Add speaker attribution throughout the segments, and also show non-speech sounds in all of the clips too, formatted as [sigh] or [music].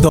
Speaker 1: Do-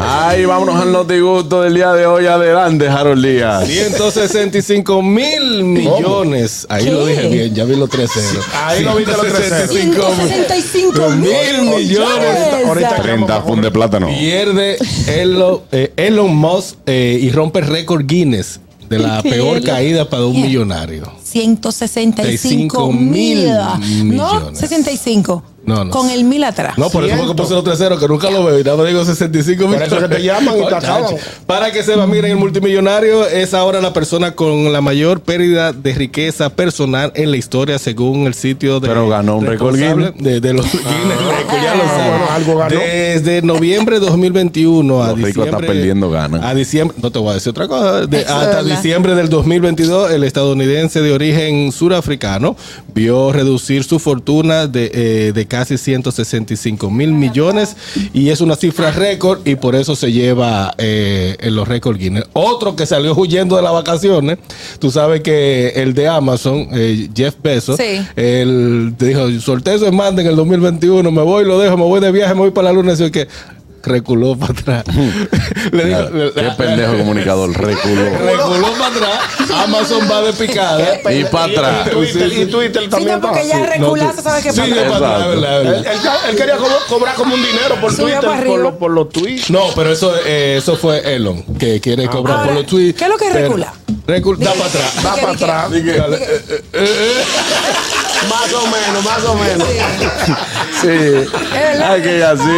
Speaker 2: Ay, vámonos al notigusto del día de hoy. Adelante, Harold Díaz.
Speaker 3: 165 mil millones. Ahí lo
Speaker 4: ¿Qué?
Speaker 3: dije bien, ya vi los 3 ceros.
Speaker 5: Ahí lo viste los tres ceros.
Speaker 4: 165 mil
Speaker 3: Mil millones.
Speaker 4: millones.
Speaker 2: 30 pun de plátano.
Speaker 3: Pierde Elon, eh, Elon Musk eh, y rompe récord Guinness de la
Speaker 4: ¿Qué?
Speaker 3: peor caída para un
Speaker 4: ¿Qué?
Speaker 3: millonario.
Speaker 4: 165 mil.
Speaker 3: mil
Speaker 4: No,
Speaker 3: millones.
Speaker 4: 65.
Speaker 3: No, no.
Speaker 4: Con el mil atrás.
Speaker 3: No, por eso fue que puse los 3 ceros, que nunca lo veo. Y nada más digo 65 mil.
Speaker 5: Por eso que te llaman
Speaker 3: [laughs]
Speaker 5: y te
Speaker 3: Muchacho.
Speaker 5: acaban.
Speaker 3: Para que sepa, miren, el multimillonario es ahora la persona con la mayor pérdida de riqueza personal en la historia, según el sitio de.
Speaker 2: Pero ganó un récord Ah.
Speaker 3: responsable De, de los Guinness Record, ya lo
Speaker 5: Ah,
Speaker 3: saben.
Speaker 5: bueno, algo ganó.
Speaker 3: Desde noviembre de 2021 a
Speaker 2: Los ricos
Speaker 3: diciembre.
Speaker 2: están perdiendo ganas.
Speaker 3: A diciembre, no te voy a decir otra cosa. De-
Speaker 4: Eso es
Speaker 3: hasta
Speaker 4: verdad.
Speaker 3: diciembre del 2022, el estadounidense de origen surafricano vio reducir su fortuna de, eh, de casi 165 mil millones y es una cifra récord y por eso se lleva eh, en los récords Guinness. Otro que salió huyendo de las vacaciones, tú sabes que el de Amazon, eh, Jeff Bezos,
Speaker 4: Sí.
Speaker 3: él dijo, solté eso en manda en el 2021, me voy, lo dejo, me voy de viaje, me voy para la luna, así que reculó para
Speaker 2: [laughs]
Speaker 3: atrás. [laughs] Le dijo, le-
Speaker 2: Qué
Speaker 3: [laughs]
Speaker 2: pendejo comunicador, reculó.
Speaker 4: [laughs]
Speaker 3: Reguló para atrás, Amazon va de picada.
Speaker 2: Y para atrás.
Speaker 5: Twitter, y Twitter
Speaker 4: Sí,
Speaker 5: también.
Speaker 4: no, porque
Speaker 5: está.
Speaker 4: ya reculaste, ¿sabes qué
Speaker 3: Sí, de
Speaker 4: pasa? Eh,
Speaker 3: para atrás,
Speaker 2: Exacto.
Speaker 3: verdad,
Speaker 5: Él,
Speaker 3: verdad.
Speaker 5: él- él quería co- cobrar como un dinero por
Speaker 4: Sube para
Speaker 5: Twitter,
Speaker 4: arriba.
Speaker 5: por, lo- por los tweets.
Speaker 3: No, pero eso, eh, eso fue Elon, que quiere cobrar
Speaker 4: Ah. Ahora,
Speaker 3: por los tweets.
Speaker 4: ¿qué es lo que
Speaker 3: pero-
Speaker 4: recula?
Speaker 3: Recul- da para atrás.
Speaker 5: Va
Speaker 4: Dije,
Speaker 5: para
Speaker 4: dije,
Speaker 5: atrás. Más o menos, más o menos.
Speaker 2: Sí. Ay, que así.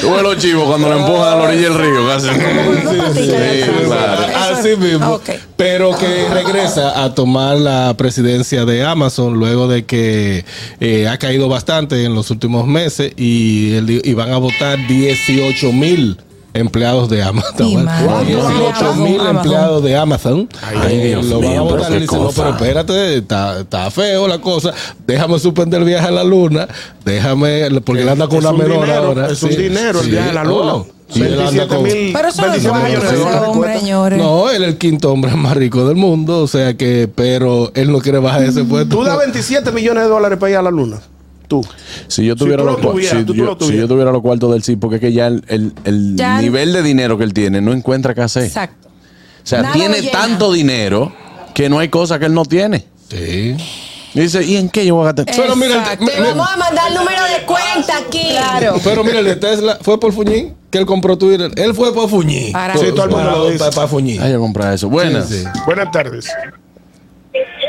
Speaker 2: Tuve los chivos cuando lo empujan a la orilla del río. Casi.
Speaker 4: Dos patillas de
Speaker 2: Sí, Ah,
Speaker 4: atrás.
Speaker 2: claro.
Speaker 4: Eso es-
Speaker 3: Así mismo.
Speaker 4: Ok.
Speaker 3: Pero que regresa a tomar la presidencia de Amazon luego de que eh, ha caído bastante en los últimos meses y, él di- y van a votar 18 mil empleados de
Speaker 4: Mi
Speaker 3: Amazon.
Speaker 4: madre.
Speaker 3: 18
Speaker 4: Amazon,
Speaker 3: mil
Speaker 4: Amazon.
Speaker 3: empleados de Amazon.
Speaker 2: Ay,
Speaker 3: Eh,
Speaker 2: Dios
Speaker 3: lo van a
Speaker 2: mío, pero
Speaker 3: votar y
Speaker 2: qué
Speaker 3: le dicen, no,
Speaker 2: cosa.
Speaker 3: pero espérate, está, está feo la cosa. Déjame suspender el viaje a la luna. Déjame, porque él anda con
Speaker 5: Es
Speaker 3: una
Speaker 5: un
Speaker 3: menor
Speaker 5: dinero,
Speaker 3: ahora.
Speaker 5: Es un dinero el viaje a la luna.
Speaker 3: Oh, y él anda con-
Speaker 5: 27.000,
Speaker 4: Pero eso no es
Speaker 5: 27
Speaker 4: bueno,
Speaker 5: millones de
Speaker 4: ese
Speaker 5: dólares.
Speaker 4: hombre, señores.
Speaker 3: No, él es el quinto hombre más rico del mundo, o sea que, pero él no quiere bajar
Speaker 4: Mm.
Speaker 3: ese puesto.
Speaker 5: Tú das 27 millones de dólares para ir a la luna. Tú.
Speaker 2: Si yo tuviera
Speaker 5: Si tú
Speaker 2: los
Speaker 5: lo
Speaker 2: cua-
Speaker 5: tuvieras,
Speaker 2: si
Speaker 5: tú- tú
Speaker 2: yo-
Speaker 5: lo
Speaker 2: si yo
Speaker 5: tuvieras.
Speaker 2: tuviera los cuartos del sí, porque es que ya el, el- el
Speaker 4: Ya el-
Speaker 2: nivel de dinero que él tiene no encuentra qué hacer.
Speaker 4: Exacto.
Speaker 2: O sea,
Speaker 4: Nada
Speaker 2: tiene
Speaker 4: lo llena.
Speaker 2: tanto dinero que no hay cosa que él no tiene.
Speaker 3: Sí.
Speaker 2: Dice, ¿y en qué yo voy a
Speaker 4: Eh.
Speaker 2: gastar?
Speaker 3: Pero mira,
Speaker 4: Exacto.
Speaker 3: mi-
Speaker 4: Te
Speaker 3: mi-
Speaker 4: vamos a mandar el número de cuenta aquí. Claro.
Speaker 3: Pero mira, el de Tesla fue por Fuñín, que él compró Twitter. Él fue por Fuñín.
Speaker 4: Para-
Speaker 3: Por-
Speaker 4: Sí,
Speaker 5: todo el mundo
Speaker 3: para-
Speaker 5: lo dice.
Speaker 3: para- para Fuñín.
Speaker 2: Ay, yo comprar eso. Buenas.
Speaker 3: Sí, sí.
Speaker 5: Buenas tardes.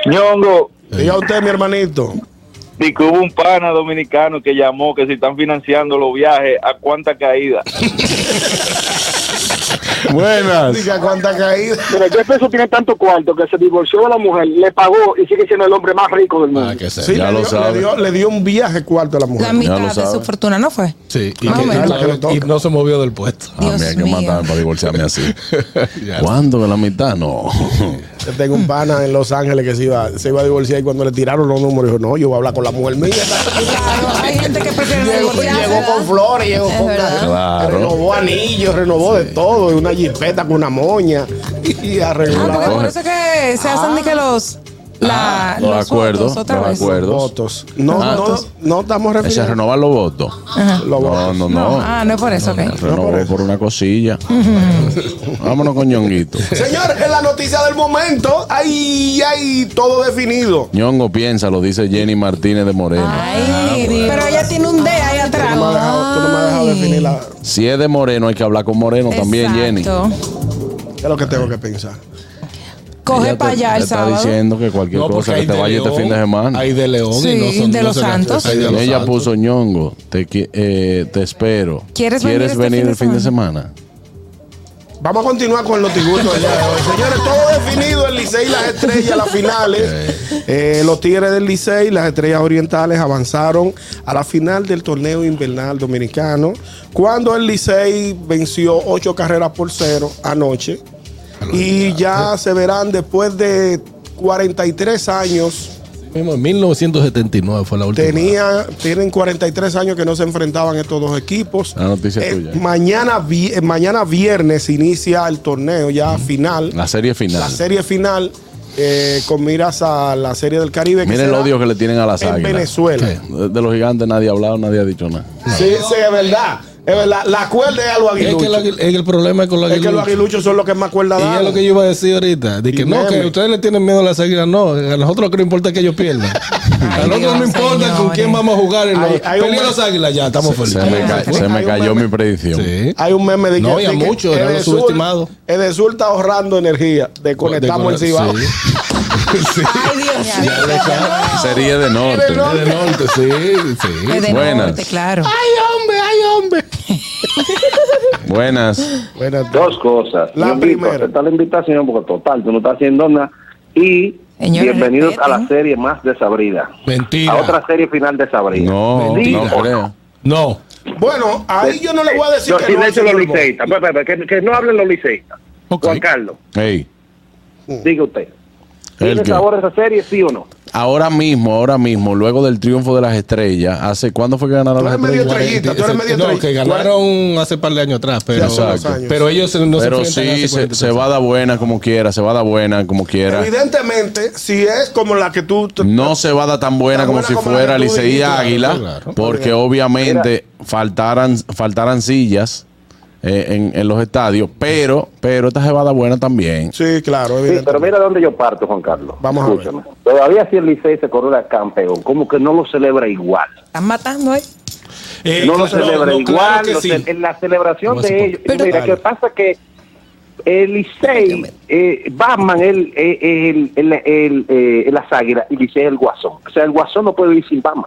Speaker 6: Ñongo,
Speaker 5: Diga usted, mi hermanito.
Speaker 6: di que hubo un pana dominicano que llamó que si están financiando los viajes, ¿a cuánta caída?
Speaker 2: [laughs] Buenas.
Speaker 5: Diga cuánta caída.
Speaker 7: Mira, Jeff Bezos tiene tanto cuarto que se divorció de la mujer, le pagó y sigue siendo el hombre más rico del mundo.
Speaker 3: Ah, que sea.
Speaker 5: Sí,
Speaker 2: Ya
Speaker 5: le,
Speaker 2: lo
Speaker 5: dio,
Speaker 2: sabe.
Speaker 5: le dio- le dio un viaje cuarto a la mujer.
Speaker 4: La
Speaker 2: Ya lo
Speaker 4: mitad de su
Speaker 2: sabe.
Speaker 4: fortuna, ¿no fue?
Speaker 3: Sí, y,
Speaker 4: Más
Speaker 3: que-
Speaker 4: o menos.
Speaker 3: y no-
Speaker 5: Que le toca.
Speaker 3: y no se movió del puesto.
Speaker 2: Ah, mira, hay que
Speaker 4: Dios mío.
Speaker 2: matarme para
Speaker 4: [laughs]
Speaker 2: divorciarme así. ¿Cuándo? ¿Que la mitad? No.
Speaker 5: Yo tengo un pana en Los Ángeles que se iba, se iba a divorciar y cuando le tiraron los números dijo, no, yo voy a hablar con la mujer mía.
Speaker 4: [laughs] Claro, hay gente que prefiere no
Speaker 5: llegó,
Speaker 4: divorciarse,
Speaker 5: llegó
Speaker 4: ¿verdad?
Speaker 5: con flores, llegó
Speaker 4: Es
Speaker 5: con
Speaker 4: verdad.
Speaker 2: Claro.
Speaker 5: renovó anillos, renovó de todo, una jipeta con una moña [laughs] y arregló
Speaker 4: Ah,
Speaker 5: la-
Speaker 4: porque por
Speaker 2: coge.
Speaker 4: eso que se hacen de que los. La,
Speaker 2: Ah, los acuerdos,
Speaker 4: votos otra
Speaker 2: los
Speaker 4: vez.
Speaker 2: acuerdos.
Speaker 5: los votos. No,
Speaker 2: Ah.
Speaker 5: no, no estamos
Speaker 2: Ese es
Speaker 5: refiriendo.
Speaker 2: renovar los votos.
Speaker 5: Los
Speaker 2: No,
Speaker 5: votos.
Speaker 2: no,
Speaker 4: No,
Speaker 2: no.
Speaker 4: ah, no es por eso, ok.
Speaker 2: Renovó por una cosilla. Vámonos
Speaker 4: [laughs]
Speaker 2: con ñonguito.
Speaker 5: Señor, en la noticia del momento, ay, ay, todo definido.
Speaker 2: Ñongo piensa, lo dice Jenny Martínez de Moreno.
Speaker 4: Ah. Ay, pero ella tiene un D ahí
Speaker 5: Tú
Speaker 4: atrás.
Speaker 5: no me has dejado, tú no me has dejado
Speaker 4: Ay.
Speaker 5: definir la-
Speaker 2: Si es de Moreno, hay que hablar con Moreno también, Jenny.
Speaker 4: Exacto.
Speaker 5: qué es lo que tengo que pensar.
Speaker 4: Coge
Speaker 2: Ella
Speaker 4: para
Speaker 2: te-
Speaker 4: allá
Speaker 2: te
Speaker 4: el sábado.
Speaker 2: Está diciendo que cualquier cosa que te vaya este fin de semana.
Speaker 3: Hay de León
Speaker 4: Sí,
Speaker 3: y no son
Speaker 4: de
Speaker 3: no
Speaker 4: los
Speaker 3: se-
Speaker 4: Santos.
Speaker 3: hay de los
Speaker 2: Ella
Speaker 3: Santos.
Speaker 2: puso ñongo, te, qui- eh, te espero.
Speaker 4: ¿Quieres venir este
Speaker 2: venir
Speaker 4: fin de
Speaker 2: el fin de semana?
Speaker 5: Vamos a continuar con el notigusto del día de hoy. Señores, todo definido, el Licey y las estrellas, las finales. Eh, los Tigres del Licey y las estrellas orientales avanzaron a la final del torneo invernal dominicano, cuando el Licey venció ocho carreras por cero anoche. Y ya se verán después de 43 años
Speaker 3: Mismo en 1979 fue la última.
Speaker 5: Tenía, tienen 43 años que no se enfrentaban estos dos equipos.
Speaker 2: La noticia es tuya.
Speaker 5: Mañana, vi- eh, mañana viernes inicia el torneo ya final.
Speaker 2: La serie final.
Speaker 5: La serie final eh, con miras a la serie del Caribe. que
Speaker 2: Mira el
Speaker 5: será
Speaker 2: odio que le tienen a las
Speaker 5: en
Speaker 2: águilas.
Speaker 5: Venezuela.
Speaker 2: Sí. De, de los gigantes nadie ha hablado, nadie ha dicho nada.
Speaker 5: Sí, sí, es verdad. Es verdad. La cuerda es a los
Speaker 3: Es que, el
Speaker 5: aguiluchos.
Speaker 3: aguil- es que el problema es con los
Speaker 5: Es que los
Speaker 3: aguiluchos.
Speaker 5: aguiluchos son los que más cuerda
Speaker 3: Y es
Speaker 5: dan.
Speaker 3: lo que yo iba a decir ahorita. De
Speaker 5: Y
Speaker 3: que no,
Speaker 5: meme.
Speaker 3: que ustedes le tienen miedo a las águilas. No, a nosotros lo que nos importa es que ellos pierdan. a nosotros no
Speaker 4: Dios,
Speaker 3: importa con
Speaker 4: señores.
Speaker 3: quién vamos a jugar. En
Speaker 5: Hay-
Speaker 3: los,
Speaker 5: hay un
Speaker 3: Peleen
Speaker 5: meme-
Speaker 3: los águilas ya, estamos
Speaker 2: Se
Speaker 3: felices.
Speaker 2: me, ca-
Speaker 5: Hay
Speaker 2: se
Speaker 5: un
Speaker 2: me cayó
Speaker 5: meme-
Speaker 2: mi predicción.
Speaker 3: Sí.
Speaker 5: Hay un meme de
Speaker 3: No, y a
Speaker 5: de
Speaker 3: muchos, eran los
Speaker 5: Edesur-
Speaker 3: subestimados.
Speaker 5: Edesur está ahorrando energía. Desconectamos el
Speaker 3: Sí.
Speaker 5: Cibao.
Speaker 4: Ay, Dios mío.
Speaker 2: Sería de norte.
Speaker 3: De norte, sí, sí.
Speaker 4: Es de
Speaker 2: Buenas.
Speaker 4: norte, claro.
Speaker 2: Buenas.
Speaker 5: Bueno,
Speaker 8: Dos cosas.
Speaker 5: La
Speaker 8: Yo invito
Speaker 5: primera.
Speaker 8: a aceptar la invitación porque total, tú no estás haciendo nada. Y
Speaker 4: Señores,
Speaker 8: bienvenidos a la
Speaker 4: respeten.
Speaker 8: serie más desabrida.
Speaker 3: Mentira.
Speaker 8: A otra serie final desabrida.
Speaker 2: No,
Speaker 8: Sí,
Speaker 2: no
Speaker 8: o-
Speaker 2: creo.
Speaker 3: No.
Speaker 5: bueno, ahí yo no le voy a decir
Speaker 8: Los
Speaker 5: que no.
Speaker 8: silencios de los
Speaker 5: señor Bo.
Speaker 8: liceístas. Pe- pe- pe- Que, que no hablen los liceístas.
Speaker 3: Ok.
Speaker 8: Juan Carlos,
Speaker 2: Ey,
Speaker 5: Mm.
Speaker 8: diga usted.
Speaker 2: el
Speaker 8: ¿Tiene
Speaker 2: que-
Speaker 8: sabor esa serie, sí o no?
Speaker 2: Ahora mismo, ahora mismo, luego del triunfo de las estrellas, hace ¿cuándo fue que ganaron
Speaker 5: Tú
Speaker 2: las
Speaker 5: eres medio
Speaker 2: estrellas?
Speaker 5: estrellita, tú eres medio
Speaker 3: no,
Speaker 5: estrellita.
Speaker 3: que ganaron hace par de años atrás, pero,
Speaker 5: hace unos años.
Speaker 3: pero ellos no
Speaker 2: Pero
Speaker 3: se
Speaker 2: sí,
Speaker 3: enfrentan
Speaker 2: se, se va a dar buena como quiera, se va a dar buena como quiera.
Speaker 5: Evidentemente, si es como la que tú. te-
Speaker 2: No se va a dar tan buena
Speaker 5: Tan
Speaker 2: como
Speaker 5: buena
Speaker 2: si
Speaker 5: como la
Speaker 2: fuera
Speaker 5: que tú
Speaker 2: Licey y
Speaker 5: dijiste, claro,
Speaker 2: Águila,
Speaker 3: claro.
Speaker 2: porque obviamente faltaran, faltaran sillas eh, en, en los estadios, pero, pero esta se va a dar buena también.
Speaker 5: Sí, claro,
Speaker 8: Sí,
Speaker 5: evidentemente.
Speaker 8: pero mira dónde yo parto, Juan Carlos.
Speaker 5: Vamos a ver.
Speaker 8: Escúchame. Todavía si el Licey se corona campeón, como que no lo celebra igual.
Speaker 4: Están matando, ¿eh?
Speaker 3: Eh,
Speaker 8: no lo
Speaker 3: claro,
Speaker 8: celebra
Speaker 3: no,
Speaker 8: igual.
Speaker 3: claro que
Speaker 8: lo
Speaker 3: sí.
Speaker 8: ce- En la celebración
Speaker 3: No se
Speaker 8: de
Speaker 3: puede.
Speaker 8: ellos. Y
Speaker 4: Pero-
Speaker 8: mira, que pasa que el Licey, eh, Batman, el, eh, el, el, el, eh, el las águilas y Licey es el guasón. O sea, el guasón no puede ir sin Batman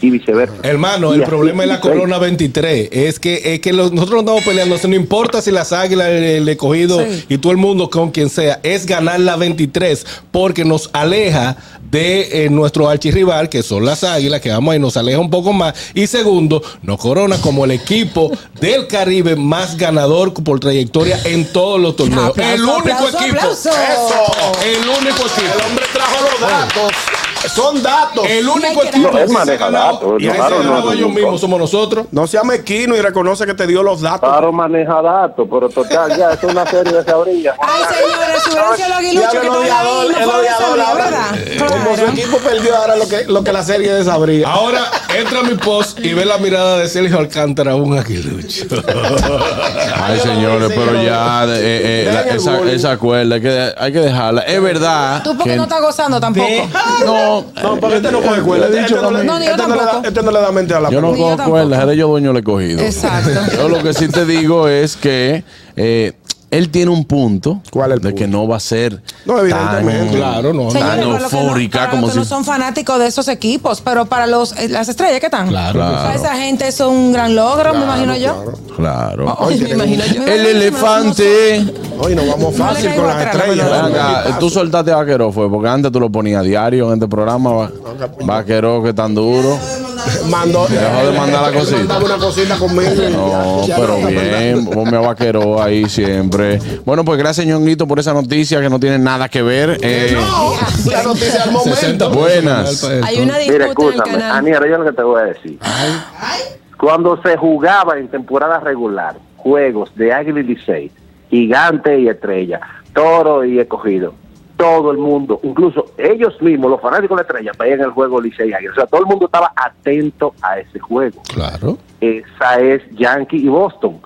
Speaker 8: y viceversa.
Speaker 3: Hermano,
Speaker 8: Y
Speaker 3: el
Speaker 8: así
Speaker 3: problema es la
Speaker 8: Licey.
Speaker 3: corona 23. Es que, es que los- nosotros no estamos peleando. o sea, no importa si las águilas, el, el escogido
Speaker 4: Sí.
Speaker 3: y todo el mundo con quien sea. Es ganar la 23 porque nos aleja de eh, nuestro archirrival, que son las águilas, que vamos y nos aleja un poco más. Y segundo, nos corona como el equipo del Caribe más ganador por trayectoria en todos los torneos.
Speaker 4: Aplauso,
Speaker 3: el único
Speaker 4: aplauso,
Speaker 3: equipo.
Speaker 4: aplauso.
Speaker 5: Eso.
Speaker 3: El único
Speaker 5: El
Speaker 3: equipo.
Speaker 5: hombre trajo los datos. Son datos.
Speaker 3: El único
Speaker 4: que
Speaker 3: equipo
Speaker 4: darle-
Speaker 3: que
Speaker 8: No, es
Speaker 3: se ha ganado.
Speaker 8: manejadato,
Speaker 3: Y ese
Speaker 8: claro, no,
Speaker 3: ganado
Speaker 8: no,
Speaker 3: ellos
Speaker 8: no.
Speaker 3: mismos somos nosotros.
Speaker 5: No sea mezquino y reconoce que te dio los datos.
Speaker 8: Claro, maneja datos, pero total, ya es una serie de sabrilla.
Speaker 4: Ay, señores, subiéndose los
Speaker 5: Ya
Speaker 4: aguiluchos
Speaker 5: ve
Speaker 4: que
Speaker 5: el
Speaker 4: no
Speaker 5: odiador,
Speaker 4: la
Speaker 5: el odiador ahora.
Speaker 4: ¿verdad?
Speaker 5: Como su
Speaker 4: Claro.
Speaker 5: equipo perdió ahora lo que, lo que la serie desabría.
Speaker 3: Ahora entra a mi post y ve la mirada de Sergio Alcántara, un aguilucho.
Speaker 2: Ay,
Speaker 5: yo lo
Speaker 2: señores,
Speaker 5: hice, yo
Speaker 2: pero
Speaker 5: lo
Speaker 2: ya eh, eh, la-
Speaker 5: Dejen el
Speaker 2: esa,
Speaker 5: bullying.
Speaker 2: esa cuerda hay que, hay que dejarla. Es verdad.
Speaker 4: Tú porque
Speaker 2: que-
Speaker 4: no estás gozando tampoco.
Speaker 2: No,
Speaker 5: No, porque este no coge cuerda.
Speaker 2: Yo he
Speaker 5: Este,
Speaker 2: dicho
Speaker 5: no, le,
Speaker 4: también. No, ni yo
Speaker 5: este no le da,
Speaker 4: tampoco.
Speaker 5: este no le da mente a la
Speaker 2: Yo no
Speaker 4: Ni yo
Speaker 2: cojo
Speaker 4: tampoco.
Speaker 2: cuerdas, era yo dueño le he cogido.
Speaker 4: Exacto.
Speaker 2: Yo lo que sí te digo es que eh, él tiene un punto
Speaker 5: ¿Cuál es el
Speaker 2: de que no va a ser
Speaker 5: No, evidentemente,
Speaker 2: tan,
Speaker 3: claro, no.
Speaker 2: tan
Speaker 4: Señores, para los que no-
Speaker 2: eufórica
Speaker 4: para
Speaker 2: como
Speaker 4: los que
Speaker 2: si
Speaker 4: no son fanáticos de esos equipos, pero para los eh, las estrellas que están.
Speaker 3: Claro,
Speaker 4: Para esa gente eso es un gran logro, me imagino yo.
Speaker 2: Claro.
Speaker 4: Ay, [laughs] me imagino yo.
Speaker 2: El elefante.
Speaker 5: Hoy nos vamos
Speaker 4: No le
Speaker 5: fácil
Speaker 4: caigo
Speaker 5: con las
Speaker 4: atrás, la
Speaker 5: estrellas.
Speaker 4: verdad.
Speaker 2: Ven acá, tú soltaste a Vaqueró fue, porque antes tú lo ponías a diario en este programa. va- Vaqueró que tan duro.
Speaker 5: Mandó,
Speaker 2: Dejó
Speaker 5: [laughs]
Speaker 2: de mandar la
Speaker 5: Él
Speaker 2: cosita.
Speaker 5: mandaba una cosita conmigo. y
Speaker 2: No,
Speaker 5: ya- ya
Speaker 2: pero
Speaker 5: no,
Speaker 2: bien, ponme a Vaqueró ahí siempre. Bueno, pues gracias, ñonguito, por esa noticia que no tiene nada que ver. Eh,
Speaker 5: La noticia al momento.
Speaker 2: Buenas.
Speaker 4: Hay una
Speaker 8: Mira,
Speaker 4: disputa en el
Speaker 8: escúchame,
Speaker 4: canal.
Speaker 8: Aniel, yo lo que te voy a decir. Cuando se jugaba en temporada regular, juegos de Águila y Licey, Gigante y Estrella, Toro y Escogido, todo el mundo, incluso ellos mismos, los fanáticos de la Estrella, veían el juego Licey y Águila. O sea, todo el mundo estaba atento a ese juego.
Speaker 3: Claro.
Speaker 8: Esa es Yankee y Boston.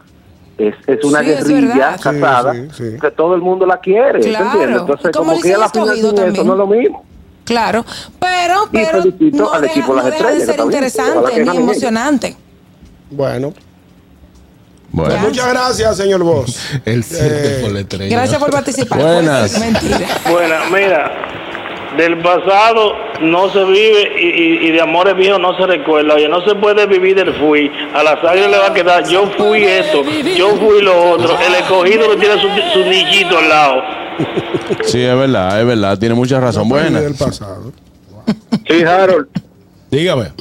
Speaker 8: Es, es una
Speaker 4: Sí, es
Speaker 8: guerrilla
Speaker 4: verdad.
Speaker 8: casada
Speaker 5: Sí, sí, sí.
Speaker 8: que todo el mundo la quiere. ¿te
Speaker 4: Claro.
Speaker 8: entiendes? Entonces,
Speaker 4: Como
Speaker 8: como, que
Speaker 4: Licey
Speaker 8: la
Speaker 4: y Escogido
Speaker 8: final sin eso
Speaker 4: también.
Speaker 8: no es lo mismo.
Speaker 4: Claro, pero pero
Speaker 8: felicito
Speaker 4: no
Speaker 8: al
Speaker 4: deja,
Speaker 8: equipo
Speaker 4: no
Speaker 8: Las
Speaker 4: deja de
Speaker 8: Estrellas,
Speaker 4: ser
Speaker 8: que también, ojalá
Speaker 4: interesante
Speaker 8: que
Speaker 4: ni
Speaker 8: ganen
Speaker 4: emocionante.
Speaker 5: Bueno,
Speaker 2: Bueno.
Speaker 5: muchas gracias, señor Vos.
Speaker 3: El 7 por la estrella.
Speaker 4: Gracias por participar.
Speaker 2: Buenas.
Speaker 4: Mentira.
Speaker 9: Bueno, mira, del pasado no se vive y, y- y de amores viejos no se recuerda. Oye, no se puede vivir del fui. A la sangre le va a quedar, yo fui esto, yo fui lo otro. El escogido que tiene su, su nichito al lado.
Speaker 2: Sí, es verdad, es verdad. Tiene mucha razón.
Speaker 5: Buenas.
Speaker 2: Buenas.
Speaker 5: Del pasado.
Speaker 8: Sí, Harold.
Speaker 3: Dígame.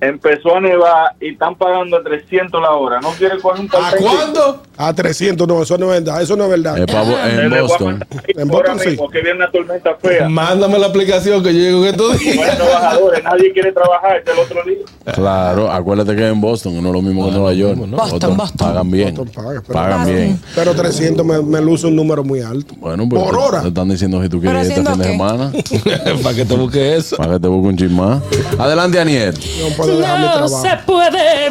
Speaker 6: Empezó a nevar y están pagando 300 la hora. ¿No quiere coger un
Speaker 5: ¿A
Speaker 6: cartel?
Speaker 5: cuándo? A 300, no, eso no es verdad, eso no es verdad.
Speaker 2: Es pa' bo- en
Speaker 6: Desde
Speaker 2: Boston.
Speaker 6: Guapa-
Speaker 5: En
Speaker 6: Ahora
Speaker 5: Boston, sí.
Speaker 6: mismo, que viene una tormenta fea.
Speaker 3: Mándame la aplicación que yo llego en estos
Speaker 6: No hay
Speaker 3: días.
Speaker 6: trabajadores, nadie quiere trabajar. Este es el otro día.
Speaker 2: Claro, acuérdate que en Boston no es lo mismo que en Nueva York.
Speaker 4: Boston, Boston.
Speaker 2: Pagan bien.
Speaker 5: Boston paga, pero-
Speaker 2: pagan
Speaker 4: Boston.
Speaker 2: bien.
Speaker 5: Pero 300 me, me luce un número muy alto.
Speaker 2: Bueno, pues
Speaker 5: Por
Speaker 2: te-
Speaker 5: hora.
Speaker 2: Te están diciendo si tú
Speaker 4: ¿Pero
Speaker 2: quieres este
Speaker 4: haciendo
Speaker 2: fin de
Speaker 4: qué?
Speaker 3: [laughs]
Speaker 2: semana.
Speaker 3: Para que te busque eso.
Speaker 2: Para que te busque un chin más. Adelante, Aniel.
Speaker 5: No puedo dejar mi trabajo.
Speaker 10: puede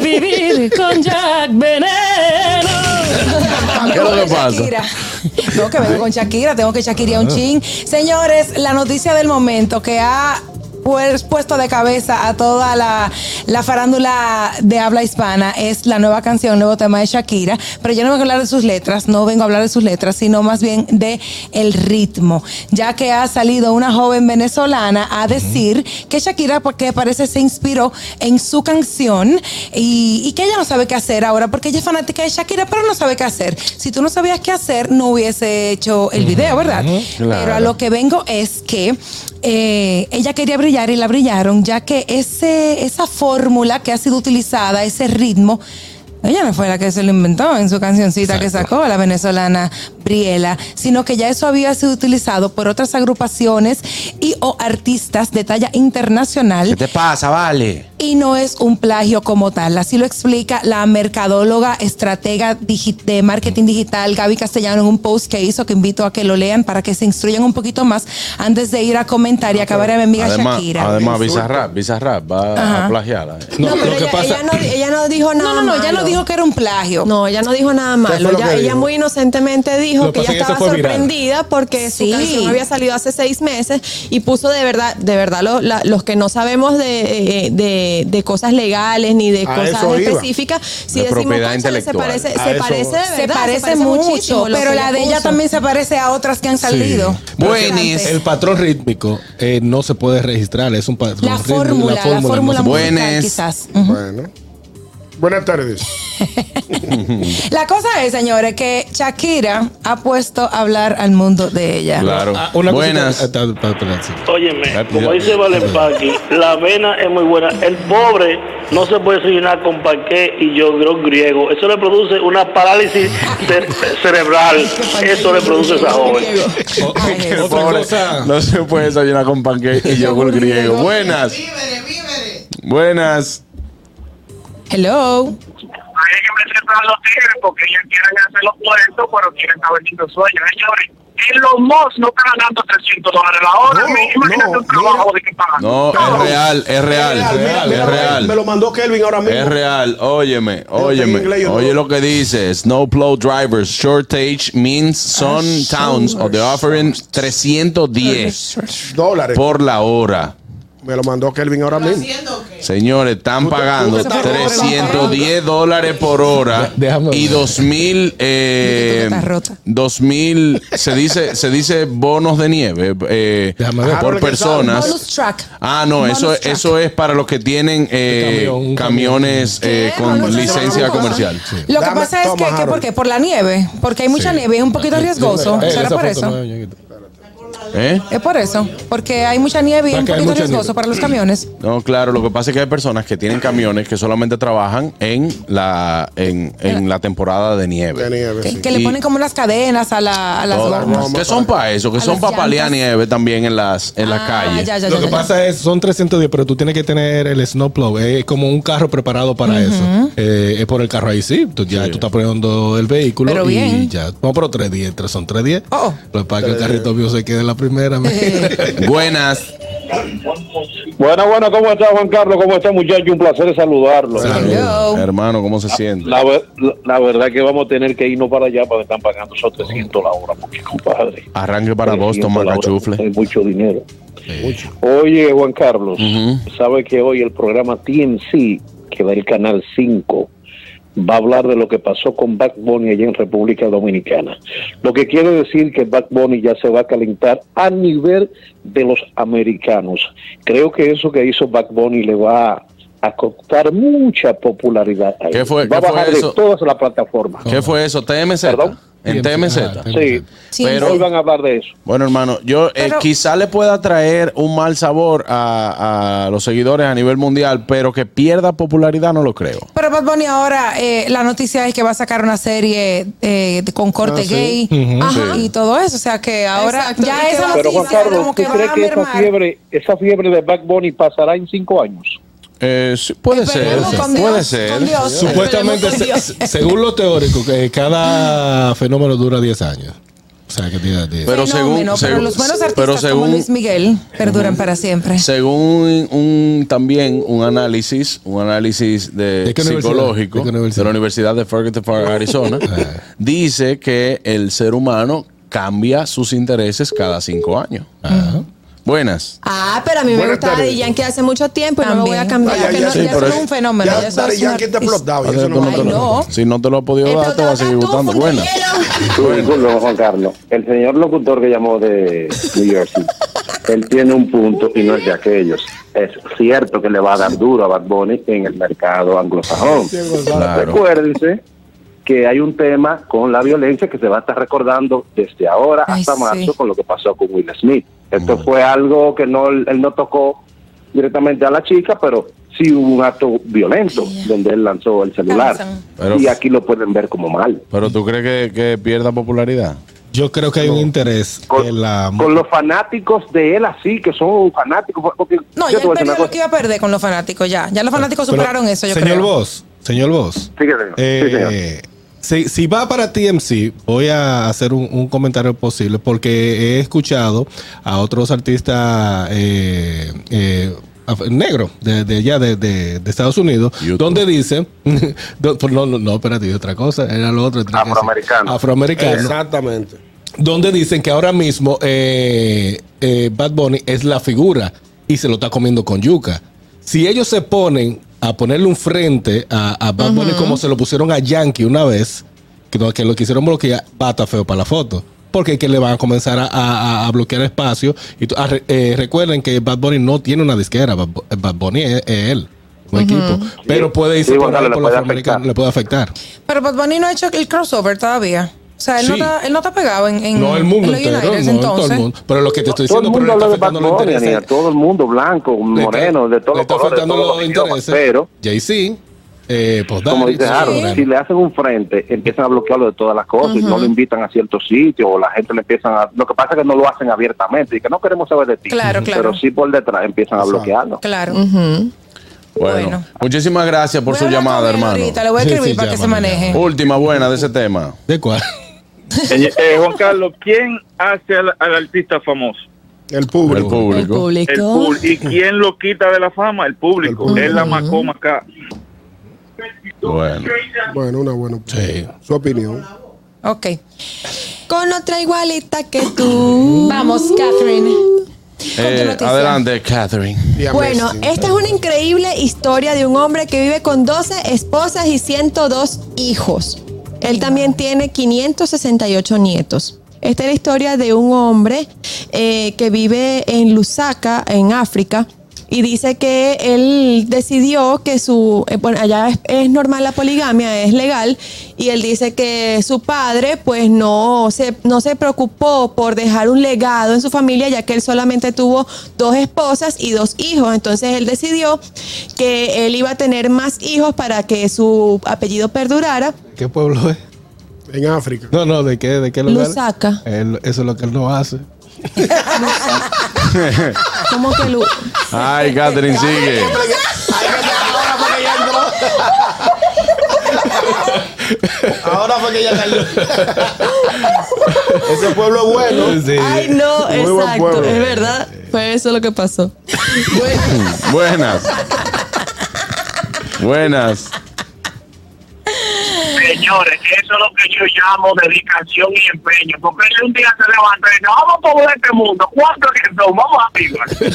Speaker 4: [laughs]
Speaker 10: vivir con Jack Veneno.
Speaker 2: ¿Qué es lo que pasa? Ah.
Speaker 4: Shakira. No, que vengo con Shakira, tengo que Shakira un chin. Señores, la noticia del momento que ha pues, puesto de cabeza a toda la, la farándula de habla hispana es la nueva canción, nuevo tema de Shakira, pero yo no vengo a hablar de sus letras, no vengo a hablar de sus letras, sino más bien de el ritmo, ya que ha salido una joven venezolana a decir que Shakira, porque parece se inspiró en su canción y, y que ella no sabe qué hacer ahora, porque ella es fanática de Shakira, pero no sabe qué hacer. Si tú no sabías qué hacer, no hubiese hecho el video, ¿verdad? Pero a lo que vengo es que eh, ella quería brillar y la brillaron, ya que ese, esa fórmula que ha sido utilizada, ese ritmo, ella no fue la que se lo inventó en su cancioncita que sacó la venezolana Briela, sino que ya eso había sido utilizado por otras agrupaciones y o artistas de talla internacional
Speaker 11: te pasa, vale?
Speaker 4: y no es un plagio como tal. Así lo explica la mercadóloga, estratega digi- de marketing digital, Gaby Castellano, en un post que hizo que invito a que lo lean para que se instruyan un poquito más antes de ir a comentar y acabar a mi amiga
Speaker 2: Además,
Speaker 4: Shakira.
Speaker 2: además Bizarrap, Bizarrap va a eh.
Speaker 10: Ajá.
Speaker 2: plagiarla.
Speaker 3: No,
Speaker 10: No,
Speaker 3: lo
Speaker 10: pero
Speaker 3: que
Speaker 10: ella,
Speaker 3: pasa-
Speaker 10: ella no, ella no dijo nada
Speaker 4: no, no, no, ya
Speaker 10: malo.
Speaker 4: no dijo que era un plagio.
Speaker 10: No, ella no dijo nada
Speaker 5: fue
Speaker 10: malo.
Speaker 5: lo
Speaker 10: Ella,
Speaker 5: que dijo?
Speaker 10: ella muy inocentemente dijo
Speaker 3: Lo que
Speaker 10: que
Speaker 3: pasa
Speaker 10: ella
Speaker 3: es que eso
Speaker 10: estaba
Speaker 3: fue viral.
Speaker 10: sorprendida porque
Speaker 4: Sí.
Speaker 10: su canción había salido hace seis meses y puso de verdad, de verdad, lo- la- los que no sabemos de, eh, de- de cosas legales ni de
Speaker 5: A
Speaker 10: cosas
Speaker 5: eso iba.
Speaker 10: específicas, si
Speaker 2: De
Speaker 10: decimos
Speaker 2: propiedad
Speaker 10: "Cónchale, se
Speaker 2: intelectual".
Speaker 10: parece,
Speaker 5: A
Speaker 10: se
Speaker 5: eso
Speaker 10: parece de verdad,
Speaker 4: se parece, mucho,
Speaker 10: muchísimo lo
Speaker 4: pero
Speaker 10: que
Speaker 4: la de ella
Speaker 10: puso.
Speaker 4: también se parece a otras que han salido.
Speaker 11: Buenísimo.
Speaker 3: El patrón rítmico eh, no se puede registrar, es un patrón
Speaker 4: La
Speaker 3: rítmico,
Speaker 4: fórmula, la fórmula,
Speaker 3: no se puede-
Speaker 4: musical,
Speaker 2: Buenas.
Speaker 4: quizás. Ujú.
Speaker 5: Bueno. Buenas tardes.
Speaker 4: La cosa es, señores, que Shakira ha puesto a hablar al mundo de ella.
Speaker 2: Claro.
Speaker 3: Ah, una
Speaker 2: Buenas.
Speaker 3: cosita- ah, ta- ta- ta- sí.
Speaker 9: Óyeme,
Speaker 2: Ay,
Speaker 9: como
Speaker 2: Dios.
Speaker 9: dice Valenpaki, la avena es muy buena. El pobre no se puede desayunar con panqué y yogur griego. Eso le produce una parálisis cere- cerebral. Eso le produce a esa joven.
Speaker 3: O-
Speaker 4: Ay,
Speaker 3: otra
Speaker 4: Jesús.
Speaker 2: Pobre,
Speaker 3: cosa.
Speaker 2: No se puede desayunar con panqueque y yogur griego. Buenas. Buenas.
Speaker 4: Hello.
Speaker 7: Hay que presentar los tigres porque ellos quieren hacer los puestos, pero quieren saber si los sueños. Señores, en los MOS no están ganando 300 dólares la hora.
Speaker 5: No,
Speaker 7: Mira, imagínate
Speaker 5: no,
Speaker 7: un trabajo
Speaker 5: mira.
Speaker 7: de que pagan.
Speaker 2: No, es real, es
Speaker 5: Mira,
Speaker 2: real,
Speaker 5: mira,
Speaker 2: es
Speaker 5: mira, Me lo
Speaker 2: real.
Speaker 5: mandó Kelvin ahora mismo.
Speaker 2: Es real, óyeme,
Speaker 5: tengo inglés,
Speaker 2: óyeme.
Speaker 5: yo no-
Speaker 2: Oye lo que dice. Snowplow drivers shortage means
Speaker 4: Ah,
Speaker 2: some towns of the offering 310
Speaker 5: Dólares.
Speaker 2: por la hora.
Speaker 5: Me lo mandó Kelvin ahora mismo.
Speaker 2: Señores, están pagando
Speaker 4: estás roto,
Speaker 2: 310 dólares por hora
Speaker 3: [laughs] Déjame
Speaker 2: y
Speaker 3: ver.
Speaker 2: 2000
Speaker 4: que tú
Speaker 2: eh,
Speaker 4: estás rota.
Speaker 2: 2000 se dice se dice bonos de nieve eh,
Speaker 3: Déjame ver.
Speaker 2: por
Speaker 5: Ah, porque saben.
Speaker 4: Bonus
Speaker 2: personas.
Speaker 4: track.
Speaker 2: Ah, no, eso
Speaker 4: Bonus
Speaker 2: es,
Speaker 4: track.
Speaker 2: eso es para los que tienen eh,
Speaker 3: Este camión, un
Speaker 2: camiones eh,
Speaker 4: ¿Qué?
Speaker 2: con
Speaker 4: Bonus track.
Speaker 2: licencia
Speaker 4: Bonus track.
Speaker 2: comercial.
Speaker 4: Lo que
Speaker 5: Dame-
Speaker 4: pasa es
Speaker 5: toma,
Speaker 4: que, que
Speaker 5: Harold.
Speaker 4: ¿por qué? Por la nieve, porque hay mucha nieve y es un poquito riesgoso.
Speaker 3: Eh,
Speaker 4: ¿Será
Speaker 3: esa
Speaker 4: por
Speaker 3: foto no
Speaker 4: eso?
Speaker 3: es, ñonguito.
Speaker 2: ¿Eh?
Speaker 4: Es por eso, porque hay mucha nieve y es un
Speaker 3: Porque hay
Speaker 4: poquito
Speaker 3: mucha
Speaker 4: riesgoso
Speaker 3: nieve.
Speaker 4: para los camiones.
Speaker 2: No, claro, lo que pasa es que hay personas que tienen camiones que solamente trabajan en la en, en la temporada de nieve.
Speaker 5: De nieve,
Speaker 4: Que,
Speaker 5: sí.
Speaker 4: que le
Speaker 2: Y-
Speaker 4: ponen como unas cadenas a, la, a las
Speaker 2: Todas.
Speaker 4: gomas.
Speaker 5: Vamos
Speaker 2: que
Speaker 5: para
Speaker 2: son para eso, que
Speaker 4: A
Speaker 2: son
Speaker 4: las
Speaker 2: para paliar
Speaker 4: llantas.
Speaker 2: nieve también en las en las
Speaker 4: Ah,
Speaker 2: calles.
Speaker 4: ya, ya,
Speaker 3: Lo
Speaker 4: ya,
Speaker 3: que
Speaker 4: ya.
Speaker 3: pasa es, son 310, pero tú tienes que tener el snowplow. Es como un carro preparado para eso. Eh, es por el carro ahí, sí. Tú, ya tú estás poniendo el vehículo
Speaker 4: Pero
Speaker 3: y
Speaker 4: bien.
Speaker 3: ya. No, pero 310, tres- son 310.
Speaker 4: Oh.
Speaker 3: Pues para que el carrito mío se quede en la primera.
Speaker 2: Buenas.
Speaker 6: Bueno, bueno, ¿cómo está Juan Carlos? ¿Cómo está muchacho? Un placer saludarlo.
Speaker 4: Hello.
Speaker 2: Hermano, ¿cómo se siente?
Speaker 6: La, ver- la- la verdad que vamos a tener que irnos para allá porque están pagando esos 300 la hora, porque compadre.
Speaker 2: Arranque para Boston,
Speaker 6: 300 la Eh, hora
Speaker 2: macachufle.
Speaker 6: Es mucho dinero. Oye, Juan Carlos, sabe que hoy el programa TMC, que va el canal 5, va a hablar de lo que pasó con Back Bunny allá en República Dominicana. Lo que quiere decir que Back Bunny ya se va a calentar a nivel de los americanos. Creo que eso que hizo Back Bunny le va a costar mucha popularidad a él.
Speaker 2: ¿Qué fue-
Speaker 6: va
Speaker 2: qué
Speaker 6: a
Speaker 2: fue
Speaker 6: bajar
Speaker 2: eso?
Speaker 6: de todas las plataformas.
Speaker 2: ¿Qué fue eso? TMZ.
Speaker 6: Perdón.
Speaker 2: [laughs] En TMZ.
Speaker 6: Sí,
Speaker 4: Ah,
Speaker 2: Pero-
Speaker 6: hoy van a hablar de eso.
Speaker 2: Bueno, hermano, yo eh,
Speaker 6: Pero-
Speaker 2: quizá le pueda traer un mal sabor a, a los seguidores a nivel mundial, pero que pierda popularidad no lo creo.
Speaker 4: Pero Bad Bunny ahora, eh, la noticia es que va a sacar una serie eh, de- con corte
Speaker 2: Ah, sí.
Speaker 4: gay
Speaker 2: Ujú.
Speaker 4: Ajá.
Speaker 2: Sí.
Speaker 4: y todo eso. O sea que ahora
Speaker 10: Exacto, ¿y
Speaker 4: ya
Speaker 10: qué
Speaker 4: esa
Speaker 10: va a
Speaker 6: Pero
Speaker 4: noticia
Speaker 6: Juan Carlos,
Speaker 4: como
Speaker 6: ¿tú
Speaker 4: que
Speaker 6: crees
Speaker 4: va a
Speaker 6: que esa
Speaker 4: mermar.
Speaker 6: fiebre, esa fiebre de Back Bunny pasará en cinco años?
Speaker 2: Eh, sí, puede ser,
Speaker 6: Esperemos con
Speaker 2: puede
Speaker 6: Dios,
Speaker 2: ser.
Speaker 6: con Dios.
Speaker 3: Supuestamente,
Speaker 6: Esperemos
Speaker 3: se-
Speaker 6: con
Speaker 3: se- según lo teórico, que cada fenómeno dura 10 años. O sea, que tiene
Speaker 4: Pues,
Speaker 3: 10.
Speaker 4: Fenómeno,
Speaker 2: Pero según-
Speaker 4: pero
Speaker 2: según-
Speaker 4: los buenos
Speaker 2: pero
Speaker 4: artistas como
Speaker 2: según-
Speaker 4: Luis Miguel perduran para siempre.
Speaker 2: Según un también un análisis, un análisis de,
Speaker 3: ¿De qué universidad?
Speaker 2: psicológico
Speaker 3: ¿De qué
Speaker 2: ¿De, la Universidad de Ferguson, Arizona, dice que el ser humano cambia sus intereses cada cinco años.
Speaker 3: Ah.
Speaker 2: Buenas.
Speaker 10: Ah, pero a mí me
Speaker 2: Buenas
Speaker 10: gustaba
Speaker 2: tardes.
Speaker 10: Daddy Yankee hace mucho tiempo y no me voy a cambiar. que no-
Speaker 2: Sí,
Speaker 10: ya
Speaker 2: pero
Speaker 10: eso no es un fenómeno.
Speaker 2: ya
Speaker 10: eso
Speaker 2: Daddy
Speaker 10: es una-
Speaker 2: Yankee está
Speaker 10: es-
Speaker 2: explotado, ya eso no
Speaker 10: Ay,
Speaker 2: va a tener-
Speaker 10: no.
Speaker 2: Si no te lo ha podido dar, te va a seguir gustando. Buenas.
Speaker 8: Discúlpame, Juan Carlos. El señor locutor que llamó de New Jersey, él tiene un punto y no es de aquellos. Es cierto que le va a dar duro a Bad Bunny en el mercado anglosajón.
Speaker 2: Claro.
Speaker 8: Recuérdense que hay un tema con la violencia que se va a estar recordando desde ahora
Speaker 12: Ay,
Speaker 8: hasta
Speaker 12: sí.
Speaker 8: marzo con lo que pasó con Will Smith. Esto
Speaker 2: Mm.
Speaker 8: fue algo que no él no tocó directamente a la chica, pero sí hubo un acto violento donde él lanzó el celular.
Speaker 2: Pero-
Speaker 8: y aquí lo pueden ver como mal.
Speaker 2: Pero tú crees que, que pierda popularidad?
Speaker 3: Yo creo que hay un interés en la.
Speaker 8: con los fanáticos de él así, que son fanáticos. Porque
Speaker 4: No,
Speaker 8: yo
Speaker 4: ya él
Speaker 8: te voy a decir
Speaker 4: perdió
Speaker 8: una
Speaker 4: lo
Speaker 8: cosa.
Speaker 4: que iba a perder con los fanáticos ya. Ya los fanáticos
Speaker 3: Pero,
Speaker 4: superaron eso, pues yo
Speaker 3: señor
Speaker 4: creo.
Speaker 3: Vos, señor Vos. Eh, si, si va para TMC, voy a hacer un, un comentario posible porque he escuchado a otros artistas eh, eh, af- negros de, de allá, de, de- de Estados Unidos, donde dicen, [laughs] no, no, no, espérate, otra cosa, era lo otro. tenía que decir.
Speaker 5: Afroamericano.
Speaker 3: Afroamericano.
Speaker 5: Exactamente.
Speaker 3: donde dicen que ahora mismo eh, eh, Bad Bunny es la figura y se lo está comiendo con yuca. Si ellos se ponen a ponerle un frente a, a Bad Bunny como se lo pusieron a Yankee una vez, que, no- que lo quisieron bloquear, va a estar feo para la foto. Porque es que le van a comenzar a, a- a- a bloquear espacio. Y tú- ah, re- eh, recuerden que Bad Bunny no tiene una disquera, Bad, Bu- Bad Bunny es, es él, un equipo. Pero puede irse
Speaker 8: Sí,
Speaker 3: por
Speaker 8: Gonzalo,
Speaker 3: ahí
Speaker 8: le
Speaker 3: por la
Speaker 8: puede
Speaker 3: afroamericana, le puede afectar.
Speaker 4: Pero Bad Bunny no ha hecho el crossover todavía. O sea, él, no,
Speaker 3: Sí.
Speaker 4: está, él no está pegado en, en,
Speaker 3: no el mundo
Speaker 4: en los
Speaker 3: entero,
Speaker 4: Uniteds,
Speaker 3: no en todo el
Speaker 4: entonces.
Speaker 3: mundo. Pero lo que te estoy
Speaker 8: todo
Speaker 3: diciendo,
Speaker 8: el
Speaker 3: pero
Speaker 8: mundo
Speaker 3: le está
Speaker 8: habla de Bad
Speaker 3: afectando los
Speaker 8: Bunny,
Speaker 3: intereses.
Speaker 8: Daniel, todo el mundo blanco,
Speaker 3: Le está-
Speaker 8: moreno, de
Speaker 3: le
Speaker 8: todos los
Speaker 3: está
Speaker 8: colores, de
Speaker 3: afectando
Speaker 8: todos los
Speaker 3: los
Speaker 8: idiomas,
Speaker 3: intereses.
Speaker 8: pero
Speaker 3: Jay-Z, eh, pues
Speaker 8: como
Speaker 3: Daddy,
Speaker 8: dice
Speaker 3: sí.
Speaker 8: Harold, si le hacen un frente, empiezan a bloquearlo de todas las cosas y
Speaker 3: Ujú.
Speaker 8: no lo invitan a ciertos sitios o la gente le empiezan a... Lo que pasa es que no lo hacen abiertamente y que no queremos saber de ti,
Speaker 4: Claro, claro.
Speaker 8: pero sí por detrás empiezan a bloquearlo.
Speaker 4: Claro.
Speaker 2: Bueno, muchísimas gracias por su llamada, hermano.
Speaker 4: ahorita, le voy a Sí, escribir sí, para que se llámame, maneje. llámame.
Speaker 2: Última buena de ese tema.
Speaker 3: ¿De cuál?
Speaker 13: Eh, eh, Juan Carlos, ¿quién hace al, al artista famoso?
Speaker 5: El público.
Speaker 2: El público.
Speaker 13: El público. ¿Y quién lo quita de la fama? El público. Es la macoma acá.
Speaker 2: Bueno.
Speaker 5: Bueno, una buena Su opinión.
Speaker 4: Ok.
Speaker 10: Con otra igualita que tú.
Speaker 4: Vamos, Catherine.
Speaker 2: Eh, adelante, Catherine.
Speaker 10: Bueno, esta es una increíble historia de un hombre que vive con 12 esposas y 102 hijos. Él también tiene 568 nietos. Esta es la historia de un hombre eh, que vive en Lusaka, en África, y dice que él decidió que su, eh, bueno, allá es, es normal la poligamia, es legal, y él dice que su padre pues no se, no se preocupó por dejar un legado en su familia, ya que él solamente tuvo dos esposas y dos hijos, entonces él decidió que él iba a tener más hijos para que su apellido perdurara.
Speaker 3: ¿Qué pueblo es?
Speaker 5: En
Speaker 10: [laughs]
Speaker 5: África.
Speaker 3: No, no, ¿de qué, de qué lugar?
Speaker 10: Lusaka.
Speaker 3: Él- eso es lo que él no hace.
Speaker 4: [laughs]
Speaker 10: ¿Cómo que Lu-
Speaker 2: Ay, Catherine, sigue.
Speaker 5: Ahora fue que ya cayó. Ese pueblo es bueno.
Speaker 10: Ay, no,
Speaker 5: Muy buen
Speaker 10: exacto,
Speaker 5: pueblo.
Speaker 2: eh.
Speaker 10: es verdad. Fue eso lo que pasó.
Speaker 2: Buenas. Buenas.
Speaker 7: Señores, eso es lo que yo llamo dedicación y empeño. Porque él un día se levanta y dice, vamos por este mundo. ¿Cuánto es que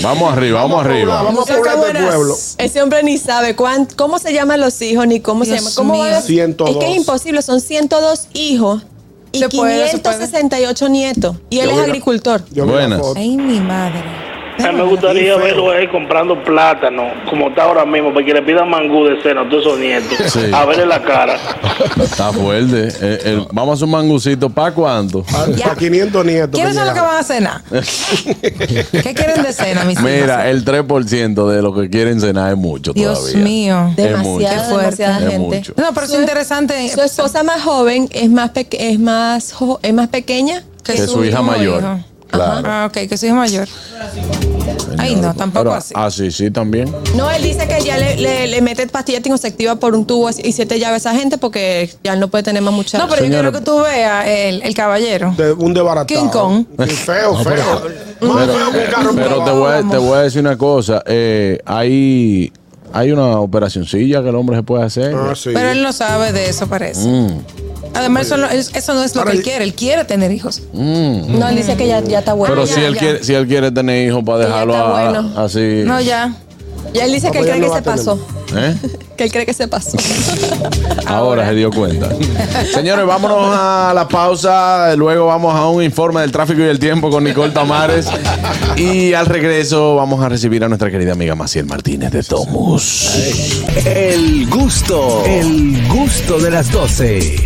Speaker 7: son? Vamos arriba.
Speaker 2: Vamos arriba, vamos arriba.
Speaker 5: este
Speaker 10: Saca buenas. Ese hombre ni sabe cuán- cómo se llaman los hijos ni cómo
Speaker 4: Dios
Speaker 10: se llaman. ¿Cómo
Speaker 4: mío.
Speaker 10: van a-
Speaker 4: 102.
Speaker 10: Es que es imposible, son 102 hijos y
Speaker 4: Se puede, se puede.
Speaker 10: 568 nietos. Y él
Speaker 2: Yo
Speaker 10: es
Speaker 2: voy a-
Speaker 10: agricultor.
Speaker 2: yo voy a la Buenas. foto.
Speaker 4: Ay, mi madre.
Speaker 13: A mí me gustaría verlo a él comprando plátano, como está ahora mismo, para que le pidan mangú de seno a todos esos nietos.
Speaker 2: Sí.
Speaker 13: A verle la cara.
Speaker 2: Está fuerte. Eh, el- vamos a hacer un mangucito. ¿Para cuánto?
Speaker 5: Para 500 nietos.
Speaker 4: ¿Quiénes son los que van a cenar? ¿Qué quieren de cena, mis hijos?
Speaker 2: Mira, el 3% de lo que quieren cenar es mucho
Speaker 4: Dios
Speaker 2: todavía.
Speaker 4: mío.
Speaker 2: Es
Speaker 4: Demasiado,
Speaker 2: mucho.
Speaker 4: Qué fuerte.
Speaker 10: demasiada
Speaker 2: Es
Speaker 10: gente.
Speaker 2: mucho.
Speaker 4: No, pero es interesante.
Speaker 10: Su esposa más joven es más peque- es más jo- es más pequeña
Speaker 2: Que su hija mayor. Claro.
Speaker 4: Ah, ok, que su hija mayor. Ay, no, tampoco
Speaker 2: Pero-
Speaker 4: así.
Speaker 2: Ah, sí, sí, también.
Speaker 10: No, él dice que ya le, le, le mete pastilla anticonceptiva por un tubo y siete llaves a esa gente porque ya no puede tener más muchachos.
Speaker 2: pues-
Speaker 4: No, pero yo quiero que tú veas el, el caballero.
Speaker 5: un desbaratado.
Speaker 4: King Kong.
Speaker 5: Feo, feo. Más feo que un carro
Speaker 2: Pero te
Speaker 5: probado.
Speaker 2: voy, a, te voy a decir una cosa. eh, hay, hay una operacioncilla que el hombre se puede hacer.
Speaker 5: Ah,
Speaker 4: Pero él no sabe de eso, parece.
Speaker 2: Mm,
Speaker 4: Además, eso no, es- eso no es lo que él quiere. Él quiere tener hijos.
Speaker 2: mm.
Speaker 10: No, él dice que ya, ya está bueno.
Speaker 2: Pero
Speaker 10: ya,
Speaker 2: si él,
Speaker 10: ya.
Speaker 2: quiere, si él quiere tener hijos para dejarlo
Speaker 10: está
Speaker 2: a-
Speaker 10: bueno.
Speaker 2: así.
Speaker 10: No,
Speaker 4: ya.
Speaker 10: Ya él dice que él
Speaker 2: Pues ya
Speaker 10: cree
Speaker 2: no
Speaker 10: que
Speaker 2: va
Speaker 10: se
Speaker 2: a tener.
Speaker 10: pasó.
Speaker 2: ¿Eh?
Speaker 10: Que él cree que se pasó.
Speaker 2: [laughs] Ahora se dio cuenta. Señores, vámonos a la pausa. Luego vamos a un informe del tráfico y el tiempo con Nicole [laughs] Tamares. Y al regreso vamos a recibir a nuestra querida amiga Maciel Martínez de Tomus.
Speaker 1: El gusto, el gusto de las 12.